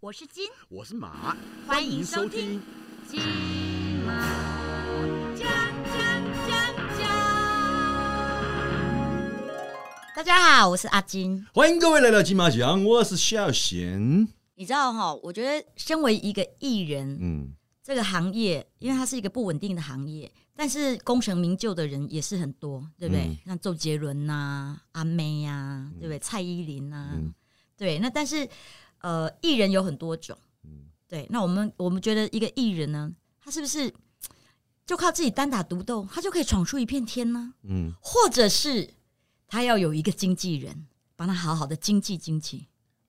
我是金，我是马，欢迎收听金马讲讲讲讲。大家好，我是阿金。欢迎各位来到金马奖，我是孝贤。你知道哈、我觉得身为一个艺人，嗯，这个行业，因为它是一个不稳定的行业，但是功成名就的人也是很多，对不对？嗯像周杰伦呐、阿妹呀、对不对？蔡依林呐、嗯对。那但是呃，艺人有很多种，嗯对。那我们我们觉得一个艺人呢，他是不是嘖就靠自己单打独斗，他就可以闯出一片天呢？嗯，或者是他要有一个经纪人帮他好好的经济经济？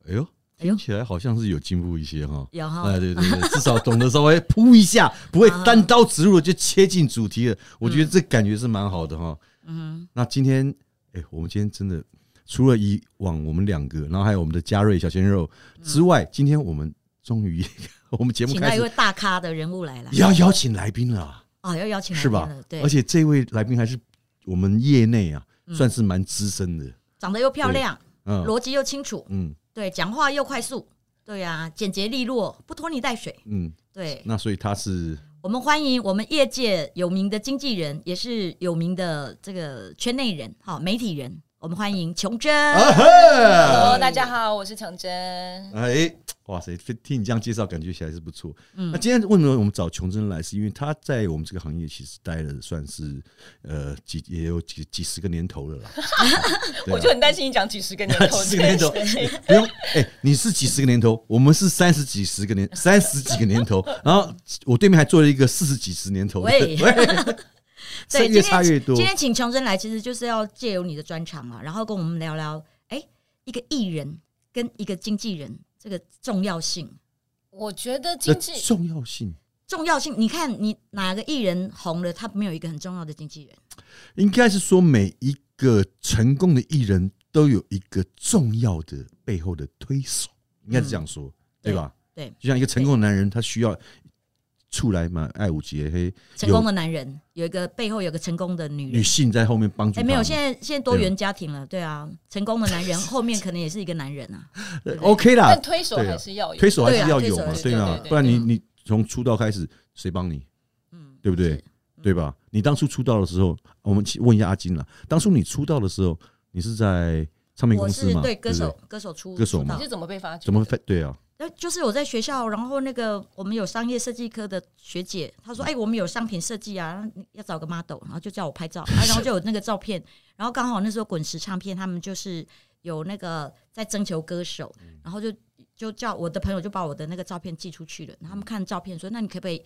哎呦，哎呦听，起来好像是有进步一些哈。有哈、哎，对对对，至少懂得稍微铺 一下，不会单刀直入地就切进主题了。我觉得这感觉是蛮好的哈。嗯那今天，哎，我们今天真的除了以往我们两个，然后还有我们的嘉瑞小鲜肉之外，今天我们终于 我们节哼，目嗯请到开一位始大咖的人物来了也要邀请来宾了啊。啊、要邀请来是吧宾了对，嗯而且这位来宾还是我们业内啊，算是蛮资深的。长得又漂亮，嗯逻辑又清楚，嗯对，讲话又快速，对啊，简洁利落，不拖泥带水。嗯，对，那所以他是我们欢迎我们业界有名的经纪人，也是有名的这个圈内人，好媒体人，我们欢迎琼珍。啊 Hello，呵，大家好，我是程真。哎，哇塞，听你这样介绍，感觉起来是不错。嗯那今天为什么我们找琼珍来，是因为他在我们这个行业其实待了算是呃几也有几几十个年头了 啦。 对啊我就很担心你讲几十个年头，几十个年头对对对不用，哎、你是几十个年头，我们是三十几十个 年，三十几个年头，然后我对面还坐了一个四十几十年头的， 喂是对，今越差天越多今。天请琼珍来，其实就是要借由你的专场嘛，然后跟我们聊聊，哎，一个艺人跟一个经纪人这个重要性。我觉得的经济重要性重要性，你看你哪个艺人红了，他没有一个很重要的经纪人。应该是说，每一个成功的艺人都有一个重要的背后的推手，应该是这样说，对吧？嗯对就像一个成功的男人，他需要出来嘛，爱五结黑成功的男人有一个背后有个成功的女女人。性在后面帮助哎、他嘛。没有，现在现在多元家庭了，对啊，成功的男人后面可能也是一个男人啊，呃 OK 啦但，推手还是要有，推手还是要有对嘛啊推，手对对啊对，对不然你对你从出道开始，谁帮你？嗯，对不对是？对吧？你当初出道的时候，我们去问一下阿金啦。当初你出道的时候，你是在唱片我公司是嘛？对歌不手歌手出歌手出嘛道你是怎么被发掘？啊怎么会对啊？那就是我在学校，然后那个我们有商业设计科的学姐，她说：“哎、我们有商品设计啊，要找个 model。”然后就叫我拍照，啊、然后就有那个照片。然后刚好那时候滚石唱片他们就是有那个在征求歌手，然后就就叫我的朋友就把我的那个照片寄出去了。然后他们看照片说：“那你可不可以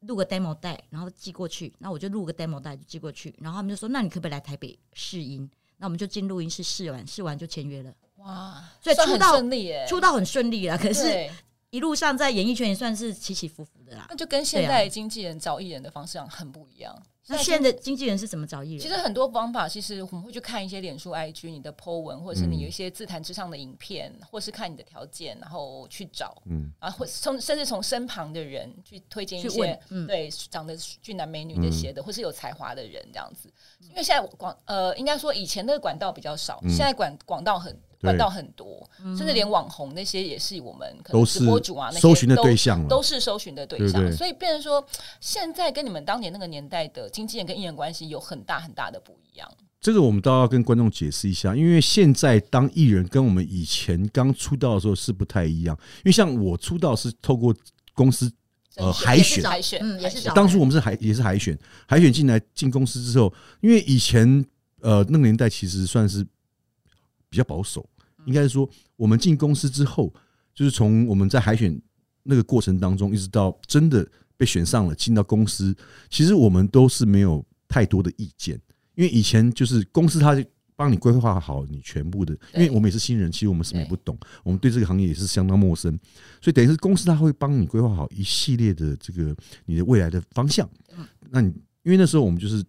录个 demo 带，然后寄过去？”然后我就录个 demo 带就寄过去。然后他们就说：“那你可不可以来台北试音？”那我们就进录音室试完，试完就签约了。哇，所以算出很道顺利耶，出道很顺利啦，可是。对一路上在演艺圈也算是起起伏伏的啦。那就跟现在经纪人找艺人的方式很不一样。啊那现在的经纪人是怎么找艺人？其实很多方法，其实我们会去看一些脸书、IG 你的 po 文，或者是嗯你有一些自弹自唱的影片，或是看你的条件，然后去找，嗯嗯，啊，或从甚至从身旁的人去推荐一去问些，嗯对长得俊男美女的、写嗯的，或是有才华的人这样子。因为现在广呃，应该说以前的管道比较少，现在管广道很。嗯对嗯管道很多，甚至连网红那些也是我们可都能是直播主啊，那些搜寻的都对象了都是搜寻的对象，嗯对对所以变成说，现在跟你们当年那个年代的经纪人跟艺人关系有很大很大的不一样。这个我们都要跟观众解释一下，因为现在当艺人跟我们以前刚出道的时候是不太一样。因为像我出道是透过公司，呃海也是选找海选，嗯也是海选找当初我们是海也是海选，海选进来进公司之后，因为以前呃那个年代其实算是比较保守，应该是说我们进公司之后，就是从我们在海选那个过程当中，一直到真的被选上了进到公司，其实我们都是没有太多的意见，因为以前就是公司它就帮你规划好你全部的，因对为我们也是新人，其实我们什么也对不懂，我们对这个行业也是相当陌生，所以等于是公司它会帮你规划好一系列的这个你的未来的方向。那你因为那时候我们就是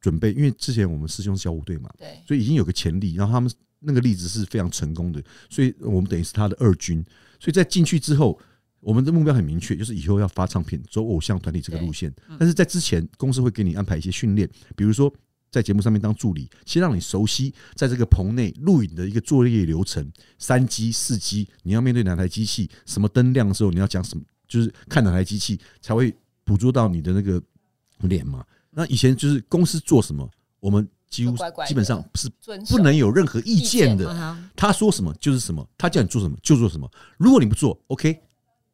准备，因为之前我们师兄是小虎队嘛，对，所以已经有个前例，然后他们那个例子是非常成功的，所以我们等于是他的二军，所以在进去之后，我们的目标很明确，就是以后要发唱片，走偶像团体这个路线。但是在之前，公司会给你安排一些训练，比如说在节目上面当助理，先让你熟悉在这个棚内录影的一个作业流程，三机四机，你要面对哪台机器，什么灯亮的时候你要讲什么，就是看哪台机器才会捕捉到你的那个脸嘛。那以前就是公司做什么，我们几乎都乖乖的基本上是遵守不能有任何意见意的，啊他说什么就是什么，他叫你做什么就做什么。如果你不做，OK，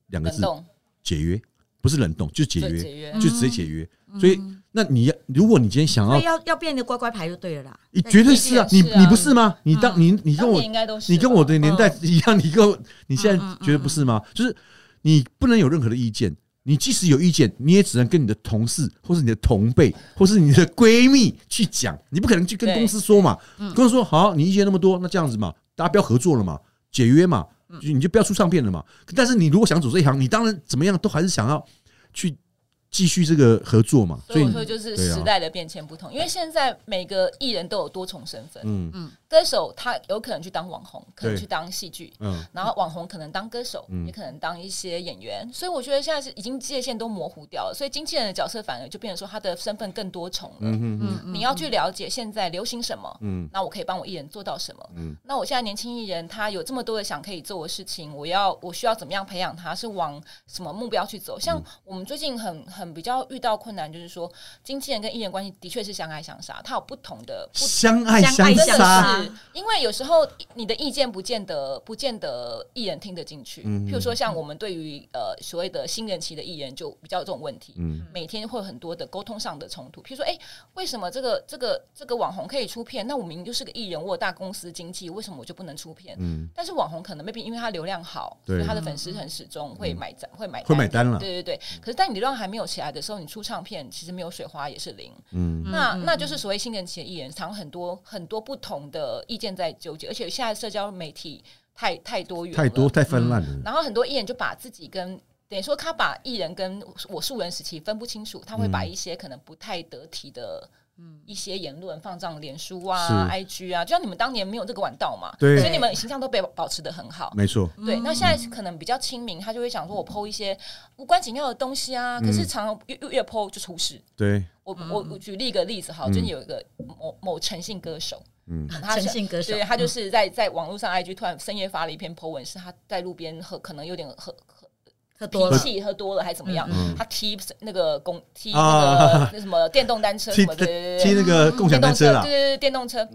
两个冷字冻解约，不是冷冻就是解对约，解约嗯。就直接解约。所以，那你要如果你今天想哈，所以要，要要变得乖乖牌就对了啦。你绝对是啊，你一定是啊你不是吗？你当你你跟当我年应该都是你跟我吧的年代一样，你跟我你现在嗯嗯觉得不是吗？就是你不能有任何的意见。你即使有意见，你也只能跟你的同事，或是你的同辈，或是你的闺蜜去讲，你不可能去跟对公司说嘛。公司说好，你意见那么多，那这样子嘛，大家不要合作了嘛，解约嘛，就你就不要出唱片了嘛。但是你如果想走这一行，你当然怎么样都还是想要去继续这个合作嘛。所以我你说就是对啊时代的变迁不同，因为现在每个艺人都有多重身份，嗯歌手他有可能去当网红，可能对去当戏剧。嗯，然后网红可能当歌手，嗯也可能当一些演员，所以我觉得现在是已经界限都模糊掉了，所以经纪人的角色反而就变成说他的身份更多重了。嗯嗯嗯，嗯你要去了解现在流行什么，嗯那我可以帮我艺人做到什么？嗯那我现在年轻艺人，他有这么多的想可以做的事情，我要我需要怎么样培养他？是往什么目标去走？嗯像我们最近很很比较遇到困难，就是说经纪人跟艺人关系的确是相爱相杀，他有不同的不相爱相爱相相真杀杀。的是，因为有时候你的意见不见得不见得艺人听得进去。嗯譬如说，像我们对于呃所谓的新人期的艺人就比较有这种问题，嗯每天会有很多的沟通上的冲突。譬如说，哎、为什么这个这个这个网红可以出片？那我明明就是个艺人，我有大公司经纪，为什么我就不能出片？嗯，但是网红可能 maybe 因为他流量好，对嗯所以他的粉丝很始终会买账、会买会买单了。嗯对对对，可是当你流量还没有起来的时候，你出唱片其实没有水花也是零。嗯那那就是所谓新人期的艺人，常很多很多不同的意见在纠结，而且现在社交媒体太太多元，太多。太泛滥了。然后很多艺人就把自己跟等于说他把艺人跟我素人时期分不清楚，他会把一些可能不太得体的。一些言论放上脸书啊、IG 啊，就像你们当年没有这个管道嘛，对所以你们形象都被保持的很好。没错，对，那现在可能比较亲民，他就会想说，我剖一些无关紧要的东西啊，可是常常越越越剖就出事。对，我我我举例一个例子哈，最近有一个某某诚信歌手，嗯他诚信歌手对他就是在在网络上 IG 突然深夜发了一篇 po 文，是他在路边喝，可能有点喝喝嗯喝多呃脾了，气喝多了还怎么样，嗯他踢那个公踢那啊个那什么电动单车踢什么的，对对踢对那个共享电动单车啦嗯对，对对，电动车。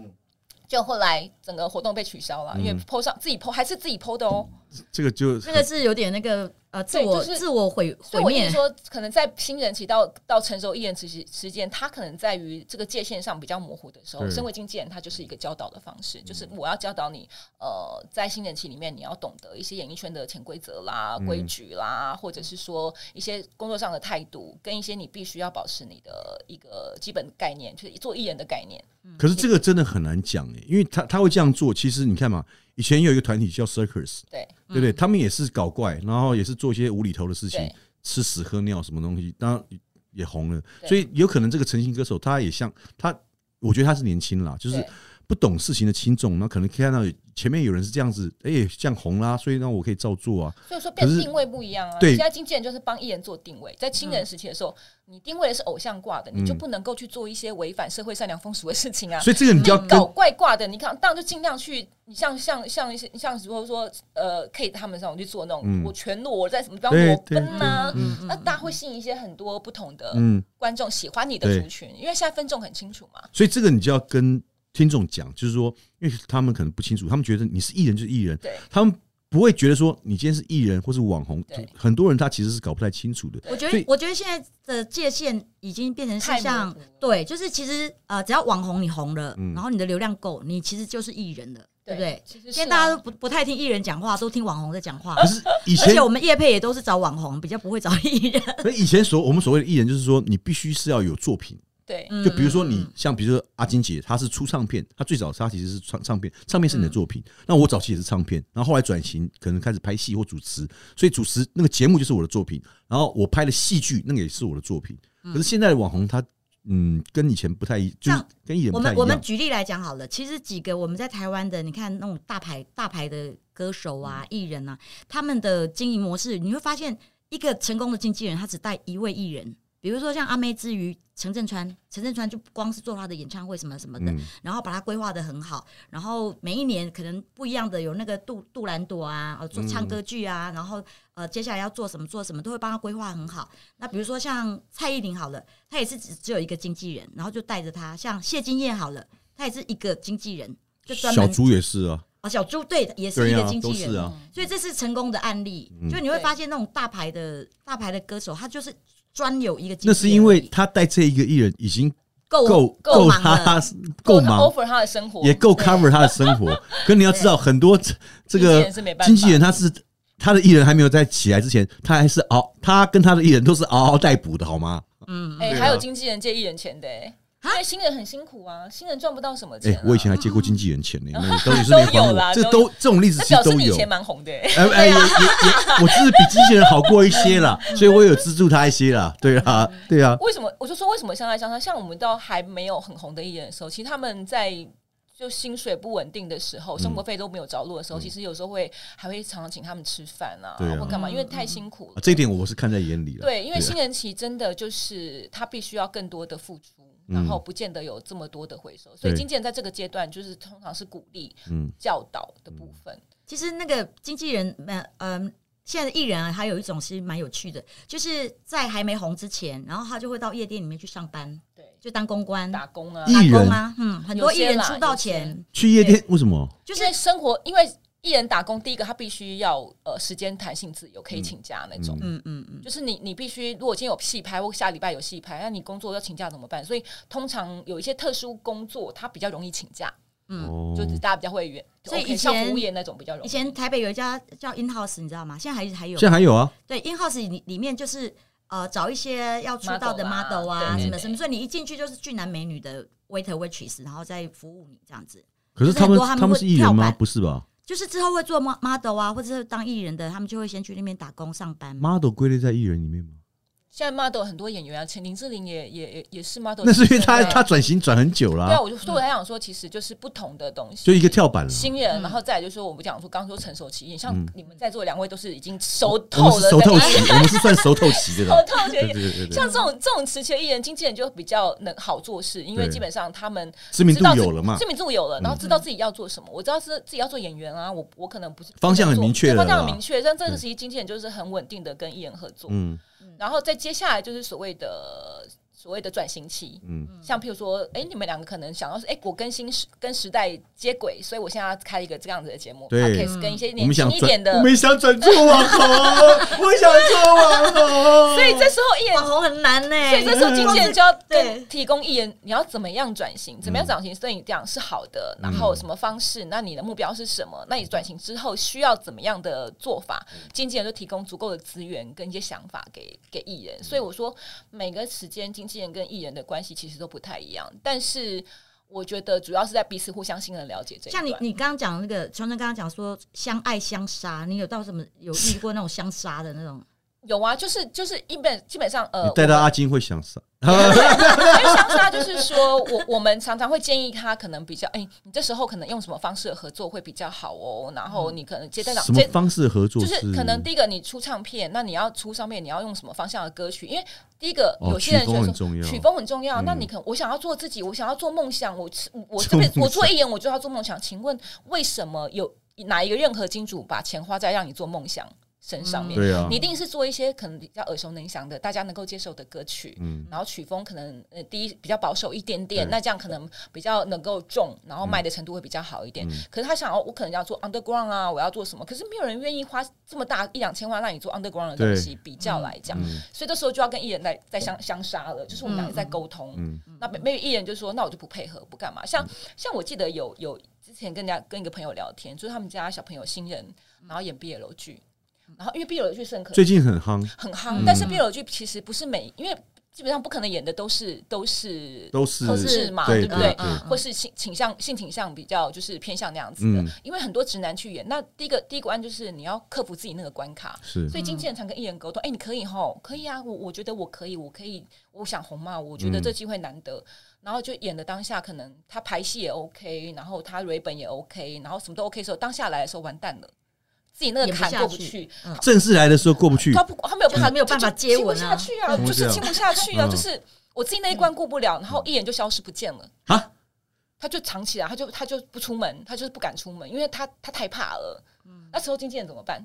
就后来整个活动被取消了，因为 PO 上自己 PO 还是自己 PO 的哦，这个就那个是有点那个呃自对我就是自我毁所毁以我意灭思。说，可能在新人期到到成熟艺人时期时间，他可能在于这个界限上比较模糊的时候，对身为经纪人，他就是一个教导的方式，就是我要教导你，呃，在新人期里面，你要懂得一些演艺圈的潜规则啦、规矩啦，或者是说一些工作上的态度，跟一些你必须要保持你的一个基本概念，就是做艺人的概念。可是这个真的很难讲诶，因为他他会这样做，其实你看嘛，以前有一个团体叫 Circus，对，对不对？他们也是搞怪，然后也是做一些无厘头的事情嗯对，吃屎喝尿什么东西，当然也红了。对所以有可能这个诚信歌手，他也像他，我觉得他是年轻啦，就是对不懂事情的轻重，那可能看到前面有人是这样子，哎、这样红啦，所以呢，我可以照做啊。所以说变可是定位不一样啊。对嗯现在经纪人就是帮艺人做定位，在亲人时期的时候，你定位的是偶像挂的，你就不能够去做一些违反社会善良风俗的事情啊。所以这个你就要跟搞怪挂的，你看，当然就尽量去，你像像像一些，像如果说呃，K 他们上我去做那种，嗯我全裸，我在什么地方对裸奔啊对对嗯，那大家会吸引一些很多不同的嗯。观众喜欢你对的族群，因为现在分众很清楚嘛。所以这个你就要跟听众讲，就是说，因为他们可能不清楚，他们觉得你是艺人就是艺人，对他们不会觉得说你今天是艺人或是网红对，很多人他其实是搞不太 清楚的。我觉所得以，我觉得现在的界限已经变成是太模像糊了对，就是其实呃，只要网红你红了，嗯然后你的流量够，你其实就是艺人了，对不对？其实是啊现在大家都不不太听艺人讲话，都听网红在讲话。可是以而前且，我们叶配也都是找网红，比较不会找艺人。可是以前所我们所谓的艺人，就是说你必须是要有作品。对，嗯就比如说你像，比如说阿金姐，她是出唱片，她最早她其实是唱唱片，唱片是你的作品。嗯那我早期也是唱片，然后后来转型，可能开始拍戏或主持，所以主持那个节目就是我的作品。然后我拍的戏剧那个也是我的作品。可是现在的网红他。嗯，跟以前不太一，就嗯是像跟以前我不太们一我们样。举例来讲好了，其实几个我们在台湾的，你看那种大牌大牌的歌手啊、嗯艺人啊，他们的经营模式，你会发现一个成功的经纪人，他只带一位艺人。比如说像阿妹之于陈振川，陈振川就不光是做他的演唱会什么什么的，嗯然后把它规划的很好，然后每一年可能不一样的有那个杜杜兰朵啊，呃，嗯做唱歌剧啊，然后呃，接下来要做什么做什么，都会帮他规划很好。那比如说像蔡依林好了，她也是只只有一个经纪人，然后就带着她。像谢金燕好了，她也是一个经纪人，就专小门猪也是啊，哦小猪对，也是对一呀个，经都纪是人。哦啊，嗯所以这是成功的案例，就你会发现那种大牌的大牌的歌手，他就是专有一个经纪人而已。那是因为他带这一个艺人已经够够够忙他了，够他忙， offer 他的生活也够 cover 他的生 活。可你要知道，很多这这经纪个人是没办法经纪人他是他的艺人还没有在起来之前，他还是嗷，他跟他的艺人都是嗷嗷待哺的好吗？嗯，哎、对啊还有经纪人借艺人钱的、哎，因为新人很辛苦啊，新人赚不到什么哎、钱、啊。我以前还借过经纪人 钱呢、那你到底是没还都有啦我？这都都这种例子那其实表示都你以有。前蛮红的、哎哎哎，也也也，我就是比经纪人好过一些 啦，嗯所以我有资助他一些啦，对啊，对啊，为什么？我就说为什么相爱相杀？像我们到还没有很红的艺人的时候，其实他们在就薪水不稳定的时嗯候，生活费都没有着落的时候，其实有时候会还会常常请他们吃饭啊，对啊或干嘛，因为太辛苦了。啊这一点我是看在眼里了。对，因为啊新人期真的就是他必须要更多的付出，然后不见得有这么多的回收，所以嗯对经纪人在这个阶段就是通常是鼓励、嗯教导的部分。其实那个经纪人，呃嗯、现在的艺人啊，还有一种是蛮有趣的，就是在还没红之前，然后他就会到夜店里面去上班，对，就当公关、打工啊，艺打人工啊，嗯，很多有艺些人啦出道有前去夜店为什么？就就是是生活，因为艺人打工，第一个他必须要呃时间弹性自由，可以请假那种。嗯嗯嗯，就是你，你必须如果今天有戏拍，或下礼拜有戏拍，那你工作要请假怎么办？所以通常有一些特殊工作，它比较容易请假，嗯哦就是大家比较会远。所以 OK，以前像服务业那种比较容易。以前台北有一家叫 In House，你知道吗？现在还还有现在还有啊，对 In House 里里面就是呃找一些要出道的 model Model 啊啊对什对么对什么，所以你一进去就是俊男美女的 waiter waitress，然后再服务你这样子。可是就是他很们多他们们会是艺跳人吗？板不是吧就是之后会做 mo- model 啊，或者是当艺人的，他们就会先去那边打工上班。 ？model 归类在艺人里面吗？现在 model 很多演员啊，前林志玲也也也也是 model，那是因为他对啊他转型转很久对啊，啦，我就所以我还想说，其实就是不同的东西。就一个跳板了。啊新嗯人，然后再来就是说，我们讲说，刚刚说成熟期，像你们在座两位都是已经熟嗯我透们是了，熟透对吧期，我 们是算熟透期的啦熟。透对对。期对对对，像这种这种时期的艺人，经纪人就比较能好做事，因为基本上他们知名知度道自有了嘛嗯知？名度有了，然后知道自己要做什么。我知道是自己要做演员啊，我我可能不是方向很不明能做确了对方向啦很明确。但这个时期经纪人就是很稳定的跟艺人合作，嗯然后再接下来就是所谓的所谓的转型期，嗯，像譬如说，哎、你们两个可能想要是，哎、我跟新时跟时代接轨，所以我现在要开一个这样子的节目对 p o d 跟一些我年们轻想一转点，的我。们想转做网红，我想做网红。 所以这时候艺人，网红很难呢、所以这时候经纪人就要嗯对跟提供艺人，你要怎么样转型，怎么样转型对你这样是好嗯的，然后什么方式，那你的目标是什么？那你转型之后需要怎么样的做法？嗯经纪人就提供足够的资源跟一些想法给给艺嗯人。所以我说，每个时间经纪人跟艺人的关系其实都不太一样，但是。我觉得主要是在彼此互相信任、了解这一像段。你，你刚刚讲那个，乔晨刚刚讲说相爱相杀，你有到什么有遇过那种相杀的那种？有啊，就是就是一本基本上呃你，带到我们阿金会想啥？因为相差就是说，我我们常常会建议他，可能比较，哎、你这时候可能用什么方式合作会比较好哦。然后你可能接待长嗯什么接，方式合作？就是可能第一个你出唱片，那你要出唱片，你要用什么方向的歌曲？因为第一个、哦有些人曲觉风得很说重要曲风很重要，嗯那你可能我想要做自己，我想要做梦想，我是我做这边梦我做艺人，我就要做梦想。请问为什么有哪一个任何金主把钱花在让你做梦想身上面？对啊你，一定是做一些可能比较耳熟能详的、大家能够接受的歌曲，嗯然后曲风可能呃第一比较保守一点点，对那这样可能比较能够中，然后卖的程度会比较好一点。嗯可是他想要，我可能要做 underground 啊，我要做什么？可是没有人愿意花这么大一两千万让你做 underground 的东西，比较来讲，嗯所以这时候就要跟艺人在在相相杀了，就是我们两个在沟通。嗯，那没有艺人就说，那我就不配合，不干嘛。像像我记得有有之前跟人家跟一个朋友聊天，就是他们家小朋友新人，嗯然后演 BL 剧，然后因为 BL 剧是很可最近很夯，很夯，嗯但是 BL 剧其实不是每，因为基本上不可能演的都是都是都是同志嘛，对不对对？嗯或是性倾向性倾向比较就是偏向那样子的，嗯因为很多直男去演。那第一个第一关就是你要克服自己那个关卡，是所以经纪人常跟艺人沟通，哎、你可以吼，可以啊，我我觉得我可以，我可以，我想红嘛，我觉嗯得这机会难得。然后就演的当下，可能他排戏也 OK，然后他蕊本也 OK，然后什么都 OK 的时候，当下来的时候完蛋了，自己那个演不坎下过不去去，正式来的时候过不去他，不他没有办就法是没有办法接吻啊亲不下去啊，嗯就是亲不下去啊，嗯就是我自己那一关过不了，然后一眼就消失不见了啊！他就藏起来，他就他就不出门，他就是不敢出门，因为他他太怕了。那时候经纪人怎么办？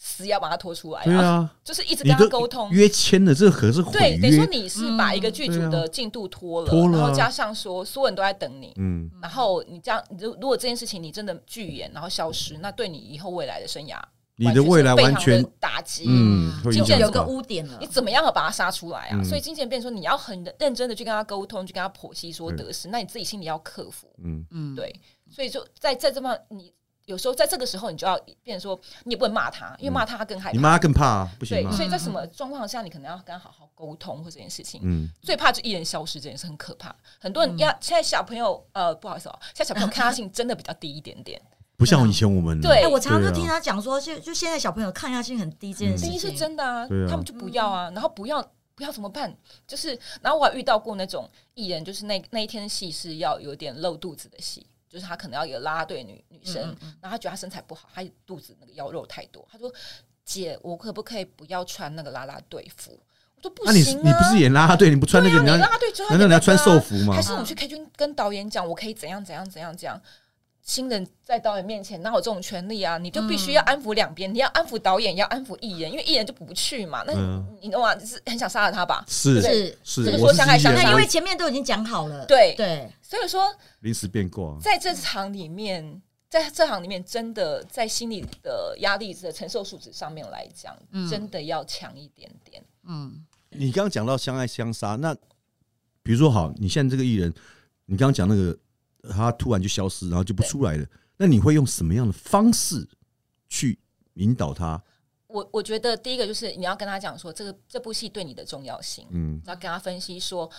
死也要把他拖出来对啊，就是一直你哎跟他都沟通。约签了，这可是毁对，等于说约。你是把一个剧组嗯对的进度拖了，拖了啊然后加上说所有人都在等你，嗯，然后你这样，如如果这件事情你真的拒演，然后消失，那对你以后未来的生涯，你的未来完完全是非常的打击。嗯，会就影响有个到。污点了你。怎么样把它杀出来啊？嗯所以经纪人变成说，你要很认真的去跟他沟通，去跟他剖析说对得失，那你自己心里要克服。嗯，嗯，对，所以就在在这方，你有时候在这个时候，你就要变成说，你也不能骂他，因为骂他他更害嗯你怕。妈更怕啊，不行对吗，？所以在什么状况下，你可能要跟他好好沟通或这件事情。嗯，最怕就一人消失这件事很可怕，很多人要现在小朋友呃不好意思哦，现在小朋友抗压性真的比较低一点点，不像以前我们对哎，我常常对都啊听他讲说，就就现在小朋友抗压性很低这件事第情，一是真的啊，对啊他们就不要啊，然后不要不要怎么办？就是，然后我还遇到过那种艺人，就是那那一天的戏是要有点露肚子的戏，就是他可能要有拉拉队女女生，然后他觉得他身材不好，他肚子那个腰肉太多，他说：“姐，我可不可以不要穿那个拉拉队服？”我说：“不啊那你行啊你不是演啦啦队，你不穿那对个，啊，你你拉要拉队之后难道你要穿寿服吗还？是我们去 K 君跟导演讲，我可以怎样怎样怎样怎样？新人在导演面前哪有这种权利啊？你就必须要安抚两边，你要安抚导演，也要安抚艺人，因为艺人就不去嘛。那你、嗯你懂吗？就是很想杀了他吧？是是是这，个我说是相经爱纪相人，那因我为会前面都已经讲好了，对对，所以说，临时变卦。在这场里面，在这场里面，真的在心理的压力的承受数值上面来讲，真的要强一点点。嗯，你刚刚讲到相爱相杀，那比如说好，你现在这个艺人，你刚刚讲那个他突然就消失，然后就不出来了，那你会用什么样的方式去引导他？我我觉得第一个就是你要跟他讲说，这个这部戏对你的重要性。嗯要跟他分析说，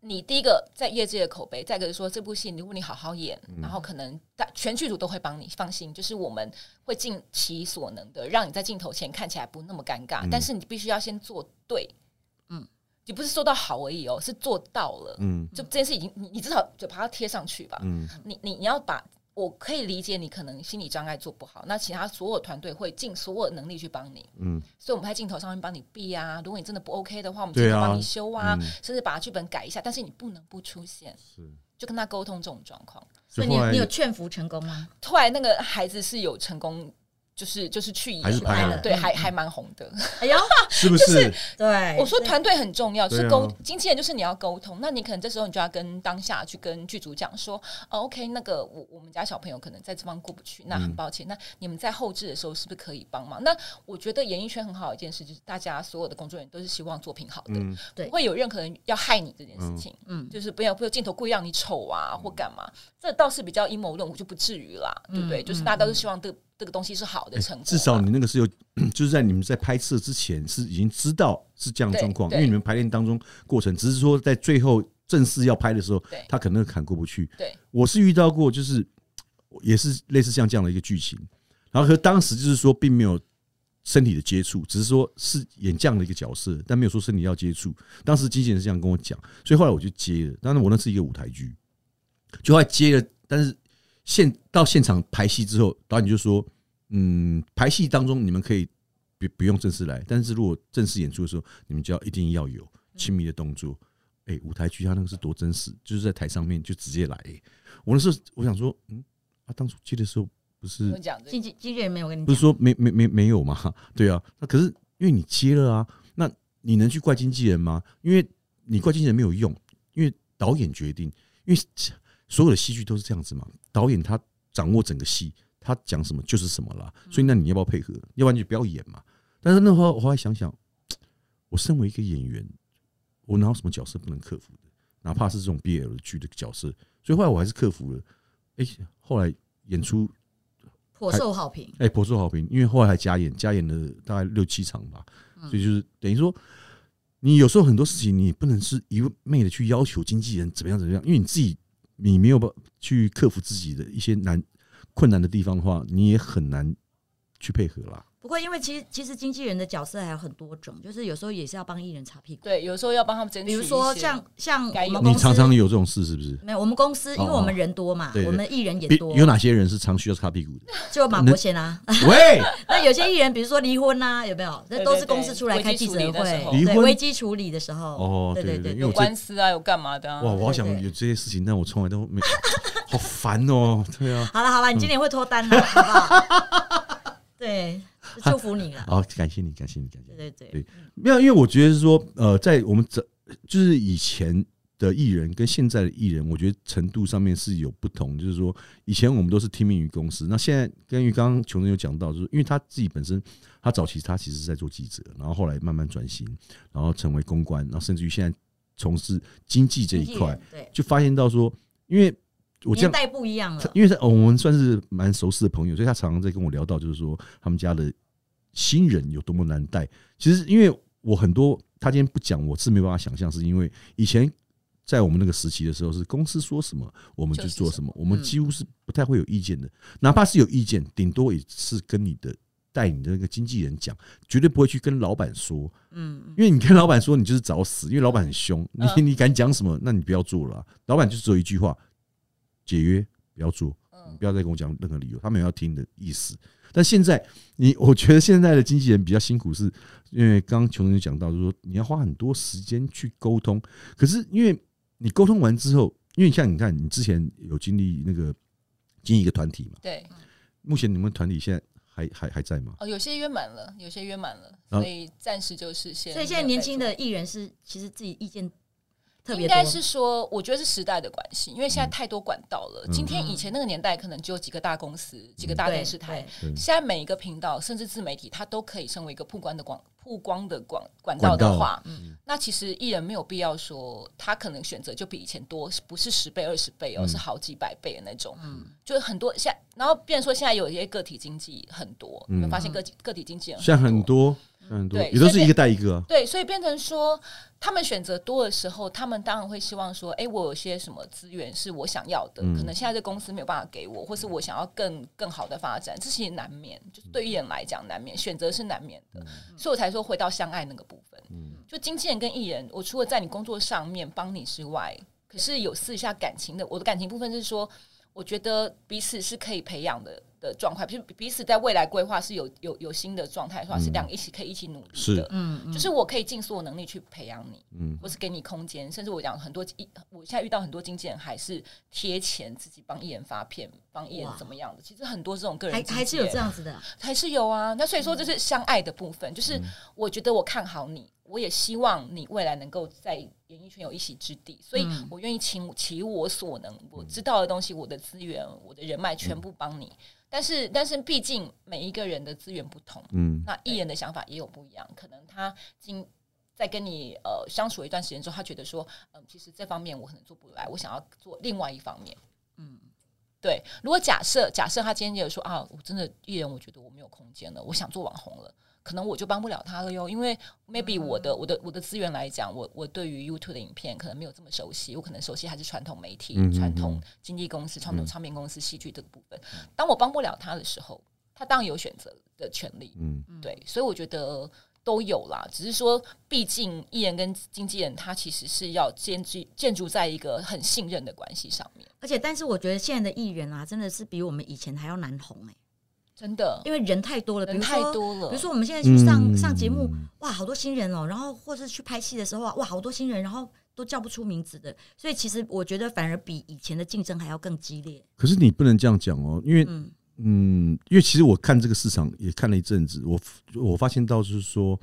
你第一个在业界的口碑，再一个是说这部戏，如果你好好演，嗯然后可能大全剧组都会帮你放心，就是我们会尽其所能的，让你在镜头前看起来不那么尴嗯尬，但是你必须要先做对，嗯嗯，你不是做到好而已哦，是做到了，嗯就这件事已经你你至少嘴巴要贴上去吧，嗯你你你要把。我可以理解你可能心理障碍做不好，那其他所有团队会尽所有能力去帮你。嗯，所以我们在镜头上面帮你避啊，如果你真的不 OK 的话，我们对镜啊头帮你修啊，嗯甚至把剧本改一下，但是你不能不出现，是。就跟他沟通这种状况。所以后你来你有劝服成功吗？后来那个孩子是有成功，就是就是去演还是拍了嗯对，还还蛮红的。哎呦，是不是？对， 我说团队很重要，就对是啊沟经纪人就是你要沟通，那你可能这时候你就要跟当下去跟剧组讲说，哦，OK，那个我我们家小朋友可能在这方过不去，那嗯很抱歉，那你们在后置的时候是不是可以帮忙？那我觉得演艺圈很好的一件事就是，大家所有的工作人员都是希望作品好的，嗯对不会有任何人要害你这件事情，嗯嗯就是不要不要镜头故意让你丑啊嗯或干嘛，这倒是比较阴谋论，我就不至于啦，嗯对不对？就是大家都是希望这个这个东西是好的成果嘛，哎啊至少你那个是有， 就是在你们在拍摄之前是已经知道是这样的状况，因对对为你们排练当中过程，只是说在最后正式要拍的时候对，他可能坎过不去。对我是遇到过，就是也是类似像这样的一个剧情，然后和当时就是说并没有身体的接触，只是说是演这样的一个角色，但没有说身体要接触。当时经纪人是这样跟我讲，所以后来我就接了。但是我那是一个舞台剧，就后来接了，但是现到现场排戏之后，导演就说：“嗯，排戏当中你们可以不不用正式来，但是如果正式演出的时候，你们就要一定要有亲密的动作。”哎、舞台剧它那个是多真实，就是在台上面就直接来、欸我那时候我想说，嗯，啊，当初接的时候不是我讲这个经纪经纪人没有跟你不讲是，说没没没没有嘛？ 对啊，那可是因为你接了啊，那你能去怪经纪人吗？因为你怪经纪人没有用，因为导演决定，因为所有的戏剧都是这样子嘛，导演他掌握整个戏，他讲什么就是什么啦。嗯所以那你要不要配合？要不然你就不要演嘛。但是那会儿我后来想想，我身为一个演员，我哪有什么角色不能克服的？哪怕是这种 BL 剧的角色，所以后来我还是克服了。哎、后来演出颇受好评，哎、颇受好评，因为后来还加演，加演了大概六七场吧，嗯所以就是等于说，你有时候很多事情你不能是一昧的去要求经纪人怎么样怎么样，因为你自己你没有办法去克服自己的一些难困难的地方的话，你也很难去配合啦。不过因为其实其实经纪人的角色还有很多种，就是有时候也是要帮艺人擦屁股，对，有时候要帮他们争比取一些，如说像像我该有们你公常常司。有这种事是不是？没有，我们公司因为哦我们人多嘛，对对我们艺人也比多，有哪些人是常需要擦屁股 的？就马国贤啊， 喂，那有些艺人，比如说离婚呐、有没有？那对都是公司出来开记者危机处理的时候会，离对婚危机处理的时候。哦对对对对因为我对，官司啊，有干嘛的啊？哇，我好想对对有这些事情，但我从来都没， 好烦哦。对啊，好了好了，你今年会脱单了，好不好？ 对，就祝福你了。好，感谢你，感谢你，感谢你。对对对，对没有，因为我觉得是说，呃，在我们这就是以前的艺人跟现在的艺人，我觉得程度上面是有不同。就是说，以前我们都是听命于公司，那现在根据刚刚琼珍有讲到，就是因为他自己本身，他早期他其实是在做记者，然后后来慢慢转型，然后成为公关，然后甚至于现在从事经济这一块，，对，就发现到说，因为我年这样代不一样他了。因为他、哦我们算是蛮熟识的朋友，所以他常常在跟我聊到，就是说他们家的新人有多么难带。其实因为我很多他今天不讲，我是没办法想象，是因为以前在我们那个时期的时候，是公司说什么我们就就是做什什么，我们嗯几乎是不太会有意见的。哪怕是有意见，顶多也是跟你的带你的那个经纪人讲，绝对不会去跟老板说。嗯，因为你跟老板说你就是找死，因为老板很凶，你嗯你敢讲什么，那你不要做了啊、老板就只有一句话：解约，不要做，嗯你不要再跟我讲任何理由，他没有要听的意思。但现在你，我觉得现在的经纪人比较辛苦，是因为刚刚琼人有讲到，就是说你要花很多时间去沟通，可是因为你沟通完之后，因为像你看，你之前有经历那个经营一个团体嘛，对，目前你们团体现在还还还在吗？哦，有些约满了，有些约满了，然后所以暂时就是先。所以现在年轻的艺人是其实自己意见特别应多该，是说，我觉得是时代的关系，因为现在太多管道了。嗯今天以前那个年代，可能只有几个大公司、几个大对电视台，对对现在每一个频道，甚至自媒体，它都可以成为一个曝光的广曝光的广管道的话，嗯嗯那其实艺人没有必要说他可能选择就比以前多，不是十倍、二十倍哦，嗯是好几百倍的那种。嗯就是很多现在，然后变成说现在有一些个体经济很多，嗯你们发现个体个体经济人现在很多，现在很多，对也都是一个带一个啊、对，所以变成说，他们选择多的时候，他们当然会希望说，哎、我有些什么资源是我想要的，嗯可能现在这公司没有办法给我，或是我想要更更好的发展，这其实难免，就是对于人来讲难免，选择是难免嗯的，嗯所以我才说回到相爱那个部分，就经纪人跟艺人，我除了在你工作上面帮你之外，可是有私下感情的，我的感情部分是说，我觉得彼此是可以培养的。的状态，就是彼此在未来规划是有有有新的状态的话，是两个一起可以一起努力的。嗯是嗯，嗯就是我可以尽所有能力去培养你，嗯或是给你空间，甚至我讲很多，一我现在遇到很多经纪人还是贴钱自己帮艺人发片，帮艺人哇怎么样的，其实很多这种个人还经纪还是有人这，样嗯子的啊，还是有啊。那所以说这是相爱的部分，嗯就是我觉得我看好你，我也希望你未来能够在演艺圈有一席之地，所以嗯我愿意倾其我所能，我知道的东西，我的资源，我的人脉全嗯部帮你。但是，但是毕竟每一个人的资源不同，嗯，那艺人的想法也有不一样，可能他经在跟你呃相处一段时间之后，他觉得说，嗯、其实这方面我可能做不来，我想要做另外一方面。嗯，对，如果假设假设他今天也说啊，我真的艺人，我觉得我没有空间了，我想做网红了，可能我就帮不了他了哟，因为 maybe 我嗯的我的我的资源来讲，我我对于 YouTube 的影片可能没有这么熟悉，我可能熟悉还是传统媒体、嗯嗯嗯嗯传统经纪公司、传统唱片公司、戏剧这个部分。当我帮不了他的时候，他当然有选择的权利。嗯，对，所以我觉得都有啦，只是说，毕竟艺人跟经纪人他其实是要建筑建筑在一个很信任的关系上面，而且但是我觉得现在的艺人啊，真的是比我们以前还要难红哎，真的，因为人太多了，比哦人如太说多了。比如说我们现在去上、嗯上节目，哇，好多新人哦，然后或是去拍戏的时候啊，哇，好多新人，然后都叫不出名字的，所以其实我觉得反而比以前的竞争还要更激烈。可是你不能这样讲哦，因为嗯嗯，因为其实我看这个市场也看了一阵子，我我发现到就是说，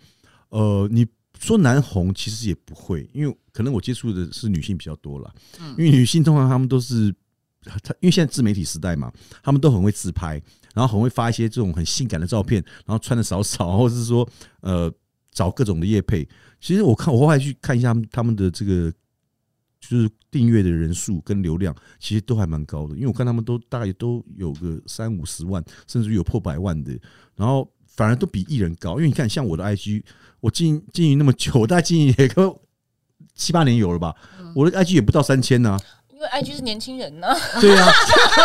呃，你说难红其实也不会，因为可能我接触的是女性比较多啦，嗯因为女性通常她们都是，她因为现在自媒体时代嘛，她们都很会自拍，然后很会发一些这种很性感的照片，然后穿的少少，或者是说呃找各种的夜配。其实我看我后来去看一下她们她们的这个。就是订阅的人数跟流量，其实都还蛮高的，因为我看他们都大概都有个三五十万，甚至于有破百万的，然后反而都比艺人高。因为你看，像我的 IG，我经营嗯 经营那么久，我大概经营也个七八年有了吧，我的 IG 也不到三千呢。应因为 IG 是年轻人呢、哦对啊，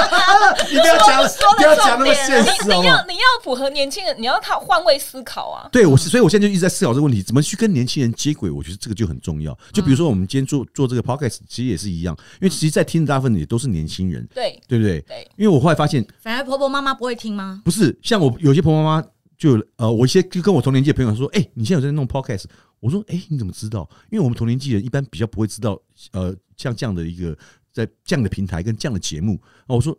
你不要讲，不要讲那么现实你好不你好要？你要符合年轻人，你要他换位思考啊。对我，所以我现在就一直在思考这个问题，怎么去跟年轻人接轨？我觉得这个就很重要。就嗯比如说我们今天做做这个 podcast，其实也是一样，因为其实，在听的大部分也都是年轻人，对对不对？对，因为我后来发现，反而婆婆妈妈不会听吗？不是像我有些朋友妈妈就有呃，我一些就跟我同年纪的朋友说，哎、你现在有在弄 podcast？我说，哎、你怎么知道？因为我们同年纪人一般比较不会知道，呃，像这样的一个在这样的平台跟这样的节目啊，我说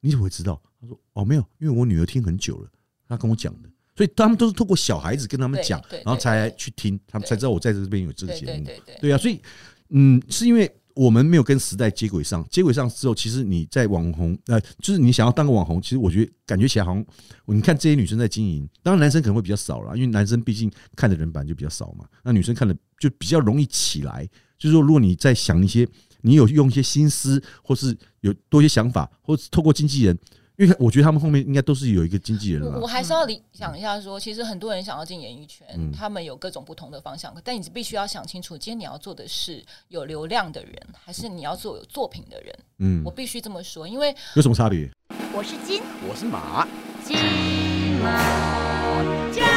你怎么会知道？他说哦，没有，因为我女儿听很久了，她跟我讲的，所以他们都是透过小孩子跟他们对讲对，对然后才来去听，他们对才知道我在这边有这个对节对目。对对。对啊，所以嗯，是因为我们没有跟时代接轨上，接轨上之后，其实你在网红，呃，就是你想要当个网红，其实我觉得感觉起来好像，你看这些女生在经营，当然男生可能会比较少啦，因为男生毕竟看的人本来就比较少嘛，那女生看的就比较容易起来。就是说，如果你在想一些，你有用一些心思，或是有多一些想法，或是透过经纪人。因为我觉得他们后面应该都是有一个经纪人我我了，还是要理想一下说其实很多人想要进演艺圈，嗯他们有各种不同的方向，但你必须要想清楚，今天你要做的是有流量的人，还是你要做有作品的人？嗯我，必须这么说，因为有什么差别？我是金我是马，金马奖。